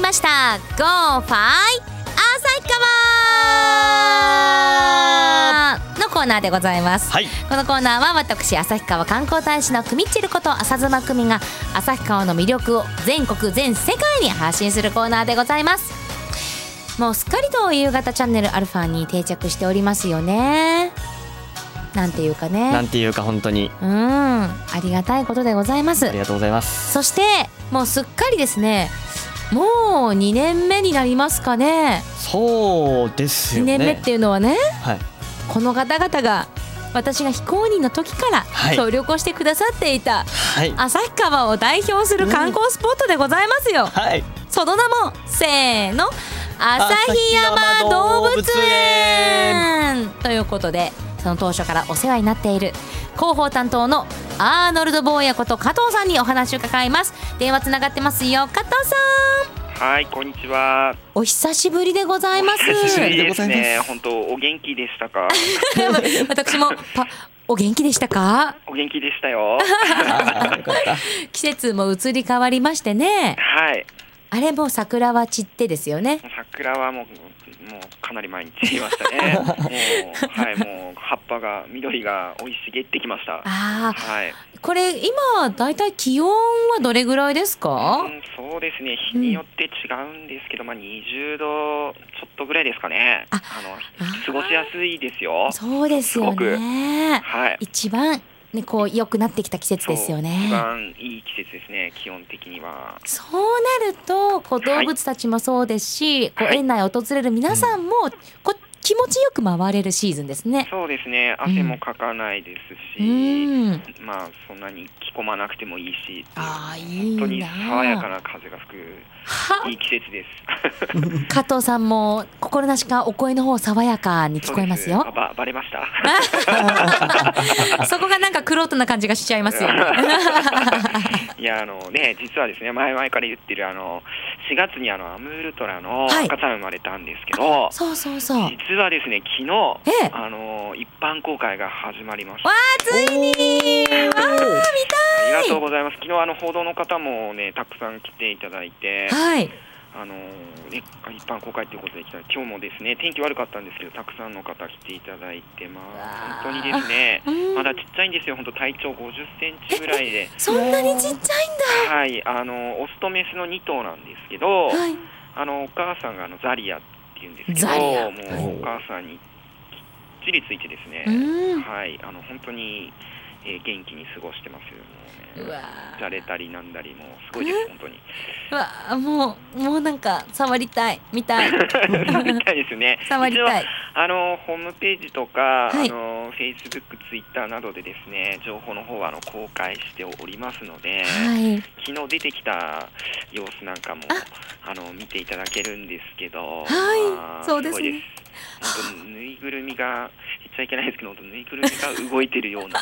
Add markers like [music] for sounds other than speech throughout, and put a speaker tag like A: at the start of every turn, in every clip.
A: ましたゴーファイ旭川のコーナーでございます、
B: はい
A: このコーナーは私旭川観光大使のくみっちること浅妻久美が旭川の魅力を全国全世界に発信するコーナーでございますもうすっかりと夕方チャンネルアルファに定着しておりますよねなんていうかね
B: なんていうか本当に
A: うんありがたいことでございます
B: ありがとうございます
A: そしてもうすっかりですねもう2年目になりますかね
B: そうです
A: 2
B: よね
A: 年目っていうのはね
B: はい
A: この方々が私が非公認の時から
B: はい
A: 協力をしてくださっていた
B: はい
A: 旭川を代表する観光スポットでございますよ、
B: はい
A: その名もせーの旭山動物園ということでその当初からお世話になっている広報担当のアーノルド坊やこと加藤さんにお話を伺います電話つながってますよ加藤さん
C: はい、こんにちは。
A: お久しぶりでございます
B: 久しぶり
A: [laughs]
B: でご
C: で
B: ざ
C: す
B: います
C: ね。本当お元気でしたか。
A: 私もパお元気でしたか
C: お元気でした
B: あ
C: よ。
B: ーよか
A: [laughs]
B: った
A: 季節も移り変わりましてね
C: はい。
A: あれもう桜は散ってですよね
C: 桜はもうもうかなり前に散りましたね。もうはい、もう葉っぱが緑が生い茂ってきました。
A: ああ
C: はい。
A: これ今だいたい気温はどれぐらいですか
C: うんそうですね。日によって違うんですけど、まあ20度ちょっとぐらいですかね。
A: あ
C: あ
A: あ
C: の過ごしやすいですよ。
A: そうですよ
C: すごく
A: ね。
C: はい。
A: 一番ねこう良くなってきた季節ですよ
C: そう一
A: ね。
C: 番いい季節ですね。基本的には。
A: そうなるとこう動物たちもそうですし、こう
C: はい
A: 園内を訪れる皆さんも、こう気持ちよく回れるシーズンですね。
C: そうですね。汗もかかないです
A: う
C: し。
A: ん。
C: まあそんなに着込まなくてもいいし、
A: ああいい
C: 本当に
A: な。
C: 爽やかな風が吹く
A: はい
C: い季節です。
A: 加藤さんも心なしかお声の方爽やかに聞こえますよ
C: [laughs] そうで。あばバレ
A: [laughs]
C: ました。
A: そこがなんかクロートな感じがしちゃい
C: [laughs]
A: ますよ。
C: いやあのね実はですね前々から言ってるあの4月にあのアムールトラの
A: はい
C: 赤ちゃん生まれたんですけど、
A: そうそうそう。
C: 実はですね昨日
A: ええ
C: あの一般公開が始まりました。
A: わあついにわ
C: ありがとうございます。昨日あの報道の方もねたくさん来ていただいて
A: あ。はい。
C: あのね、一般公開ということで来た今日もですね天気悪かったんですけどたくさんの方来ていただいてます
A: うわー
C: 本当にですね [laughs]
A: うん
C: まだちっちゃいんですよ本当体長50センチぐらい
A: [laughs]
C: で
A: そんなにちっちゃいんだ。
C: はいあのオスとメスの2頭なんですけど、
A: はい。
C: あのお母さんがあのザリアっていうんですけど
A: ザリア
C: もうお母さんにきっちりついてですね、
A: うん。
C: はいあの本当に、えー元気に過ごしてますも
A: う
C: うね
A: わ
C: じゃれたりなんだりもうすごいです本
A: [laughs]
C: 当に [laughs]
A: うわもうもうなんか触りたい見たい
C: [laughs] みたいですね
A: 触りたい
C: あのホームページとか、
A: はい
C: あのフェイスブック、ツイッターなどでですね情報の方はあの公開しておりますの
A: は
C: で、
A: い
C: 昨日出てきた様子なんかもあの見ていただけるんですけど、
A: はい
C: まあ
A: そうですね
C: ごいです本当ぬいぐるみが言っちゃいけないですけど本当ぬいぐるみが動いてるような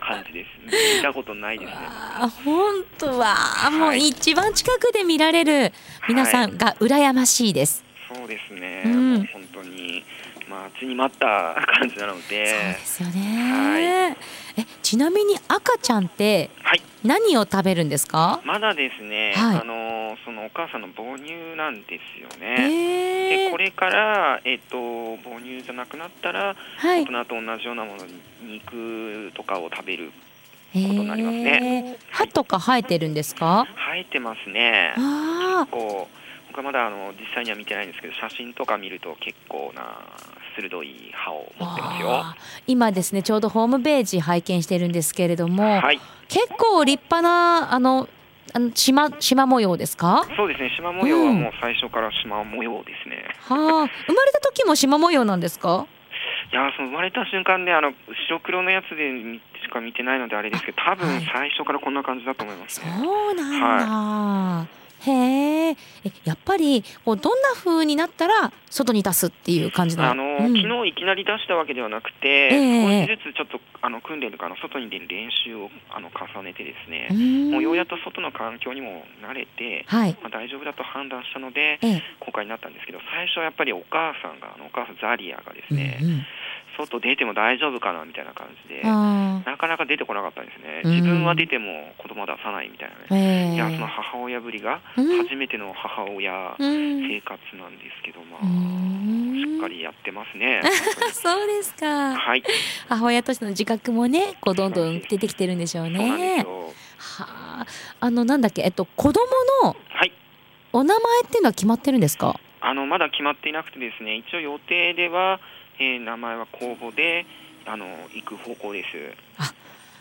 C: 感じです見たことないですね。
A: あ本当はもう
C: はい
A: 一番近くで見られる皆さんが羨ましいです、
C: そうですね、
A: うん
C: もう本当に、まあ、待ちに待った感じなの
A: そう
C: で
A: で、すよね、えちなみに赤ちゃんって
C: はい、
A: 何を食べるんですか、
C: まだですね、
A: はい
C: あのそのお母さんの母乳なんですよね。
A: え
C: でこれから、えっと母乳じゃなくなったら、
A: は
C: 大
A: い、
C: 人と同じようなものに肉とかを食べる
A: え
C: とになりますね
A: 歯とか生えてるんですか、
C: 生えてますね
A: あ
C: こう僕はまだあの実際には見てないんですけど写真とか見ると結構な鋭い歯を持ってますよ
A: あ今ですねちょうどホームページ拝見してるんですけれども、
C: はい
A: 結構立派なあのあの島島模様ですか？
C: そうですね縞模様は
A: うん
C: もう最初から縞模様ですね、
A: はあ、生まれた時も島模様なんですか？
C: いやーその生まれた瞬間ねあの白黒のやつで見しか見てないのであれですけど多分
A: はい
C: 最初からこんな感じだと思います
A: そ
C: ね、
A: うなんだ。へえ。えやっぱりこうどんな風になったら外に出すっていう感じな
C: あの
A: うん
C: 昨日いきなり出したわけではなくて、
A: ええ
C: 少しずつちょっとあの訓練とかあの外に出る練習をあの重ねてです
A: う
C: ね、
A: ん
C: もうようやっと外の環境にも慣れて、
A: はい。
C: まあ、大丈夫だと判断したの
A: え
C: で
A: え
C: 公開になったんですけど最初はやっぱりお母さんがあのお母さんザリアがですね、
A: うんうん
C: 外出ても大丈夫かなみたいな感じで、
A: あ
C: なかなか出てこなかったんですね。
A: うん
C: 自分は出ても子供は出さないみたい
A: ー
C: なね。
A: え
C: いや、その
A: ー
C: 母親ぶりが
A: うん
C: 初めての母親
A: うん
C: 生活なんですけど、まあ、
A: うん
C: しっかりやってますね。
A: そうですか
C: [laughs] はい、
A: 母親としての自覚もねこうどんどん出てきてるんでしょう
C: そうなんです
A: ね。
C: よ。
A: はああのなんだっけえっと子供の
C: はい。
A: お名前っていうのは決まってるんですか
C: あのまだ決まっていなくてですね、一応予定では、えー名前は公募であの行く方向です。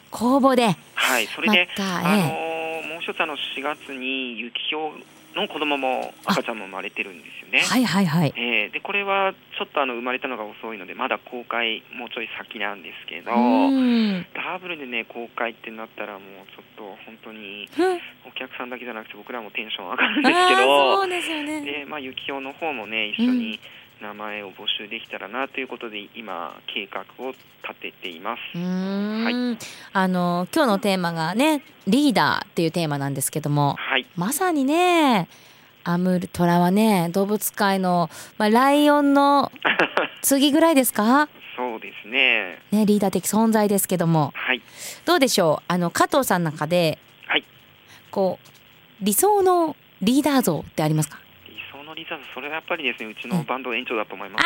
A: 公募で。
C: はい、それ
A: ま
C: で、
A: た
C: あの
A: え
C: ーもう一つあの4月にユキヒョウの子供も赤ちゃんも生まれてるんですよね
A: え。はいはいはい。
C: えーでこれはちょっとあの生まれたのが遅いのでまだ公開もうちょい先なんですけど、
A: うん
C: ダブルでね公開ってなったらもうちょっと本当に
A: うん
C: お客さんだけじゃなくて僕らもテンション上がるんです
A: ああ
C: けど。
A: そうですよね。
C: で、まあ、ユキオの方もね、一緒に名前を募集できたらなということで、今、計画を立てています。
A: うーんあの今日のテーマがねリーダーっていうテーマなんですけども
C: はい、
A: まさにねアムールトラはね動物界の、まあ、ライオンの次ぐらいですか、
C: そうですね。
A: ね、リーダー的存在ですけども
C: はい、
A: どうでしょうあの加藤さんの中で、
C: はい
A: こう理想のリーダー像ってありますか
C: 理想のリザーズ、それはやっぱりですね、うちのバンド延長だと思い
A: あ
C: ま
A: ー
C: すね。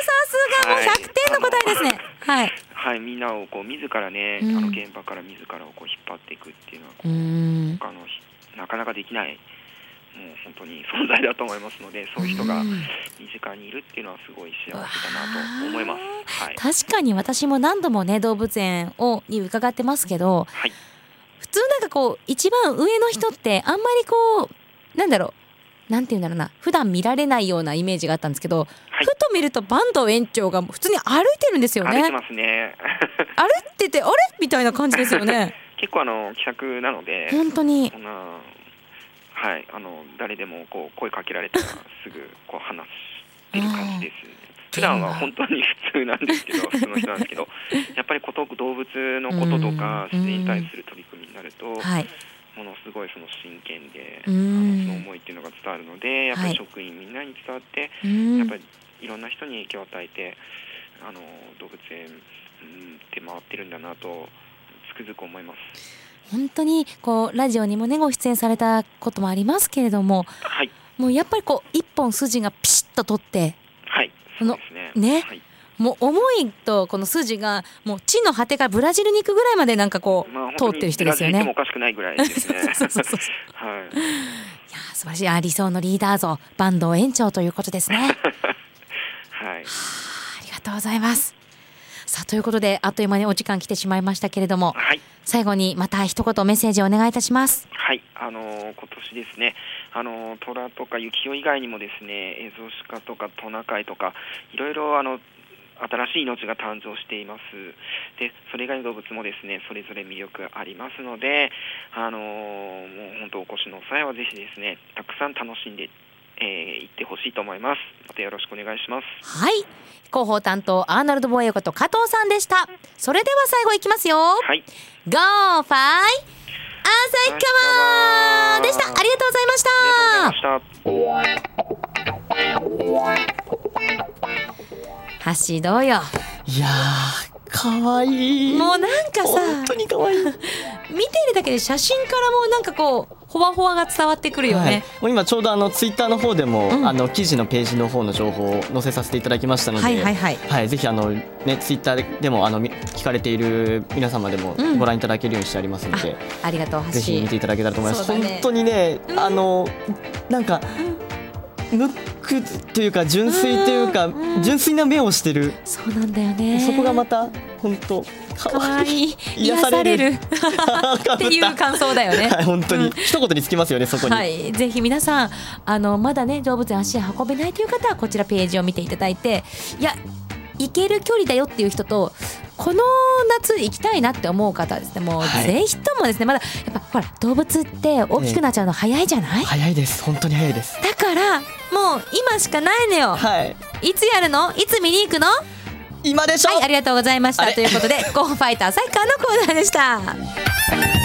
A: さすがもう
C: はい
A: 100点の答えですね。はい、
C: はい、みんなをこう自らね、
A: うん
C: あの現場から自らをこう引っ張っていくっていうのは
A: うーん
C: 他のひなかなかできない。もう本当に存在だと思いますので、そういう人が
A: ん
C: 身近にいるっていうのはすごい幸せだなと思います。はい、
A: 確かに私も何度もね動物園をに伺ってますけど
C: はい、
A: 普通なんかこう一番上の人ってあんまりこうなんだろうなんて言うんだろうな普段見られないようなイメージがあったんですけど、
C: はい
A: ふと見ると坂東園長が普通に歩いてるんですよ
C: 歩いて
A: ね
C: ますね。 [laughs]
A: 歩いててあれみたいな感じですよね
C: 結構あの気さくなので、
A: 本当に
C: そんなはいあの誰でもこう声かけられたらすぐこう話してる感じです。普段は本当に普通なんです
A: [laughs]
C: けど、普通の人なんですけど、やっぱりこと動物のこととか
A: うん
C: 自然に対する取り組みになると、も
A: はい
C: のすごいその真剣で、
A: う
C: あのその
A: ん
C: 思いっていうのが伝わるので、やっぱ
A: はい
C: り職員みんなに伝わって、
A: うん
C: やっぱりいろんな人に影響を与えてあの動物園うんって回ってるんだなとつくづく思います。
A: 本当にこうラジオにもねご出演されたこともありますけれども
C: はい
A: もうやっぱりこう一本筋がピシッと取って
C: はい
A: あの
C: そうですね。
A: ね
C: はい
A: もう思いとこの筋がもう地の果てからブラジルに行くぐらいまでなんかこう、
C: まあ、
A: 通ってる人ですよ
C: 本当にブラジル行っても
A: ね。
C: おかしくないぐらいですね
A: [laughs] 。そうそうそうそう
C: は
A: い
C: い。
A: やー素晴らしいあー理想のリーダー像バンド延長ということ [laughs] ですね。はあ
C: はい。
A: ありがとうございます。さあということであっという間にお時間来てしまいましたけれども
C: はい。
A: 最後にまた一言メッセージをお願いいたします。
C: はい。あのー今年ですね、あのー虎とか幸男以外にもですね、エゾシカとかトナカイとか、いろいろあの、新しい命が誕生しています。で、それ以外の動物もですね、それぞれ魅力ありますので、あのーもう本当お越しの際はぜひですね、たくさん楽しんで、えー行ってほしいと思います。またよろしくお願いします。
A: はい広報担当アーノルド・ボーエコと加藤さんでした。それでは最後いきますよ。
C: はい。
A: ゴーファイ旭川でしたありがとうございまし
C: ありがとうござ
A: た
C: いました。
A: ハッシーどうよ
B: いやー、可愛い
A: もうなんか
B: 本当
A: さ
B: に可愛い
A: 見てるだけで写真からもうなんかこうほわほわが伝わってくるよ
B: はい
A: ね、、
B: もう今ちょうどあのツイッターの方でも、
A: うん
B: あの記事のページの方の情報を載せさせていただきましたので、
A: はい、はいはい
B: はいぜひあのねツイッターでもあのみ聞かれている皆様でも
A: うん
B: ご覧いただけるようにしてありますので、
A: ありがとうハッ
B: ぜひ
A: シ
B: 見て
A: ー
B: いただけたらと思います。
A: そうだね
B: 本当にね、
A: うん
B: あのなんか、ムックというか純粋というか、
A: うんうん
B: 純粋な目をしてる、
A: そうなんだよね
B: そこがまた本当
A: か
B: 可
A: わ
B: 愛い
A: いい
B: 癒
A: 癒
B: さ
A: さ
B: れる
A: れる
B: [laughs] か
A: っ
B: ぶ
A: て
B: っ
A: いう
B: た。
A: 感想だよね
B: [laughs] はい本当に、一言につきますよねそこに。
A: はい、ぜひ皆さんあのまだね動物園足運べないという方はこちらページを見ていただいていや行ける距離だよっていう人とこの夏行きたいなって思う方はですねもう
B: はい
A: ぜひともですねまだやっぱほら動物って大きくなっちゃうの早いじゃない、
B: 早いです本当に早いです。
A: だからもう今しかないのよ
B: はい
A: いつやるのいつ見に行くのは
B: 今でしょ。
A: いありがとうございまし
B: あ
A: た
B: れ
A: ということで「ゴーファイターサッカー」のコーナーでした。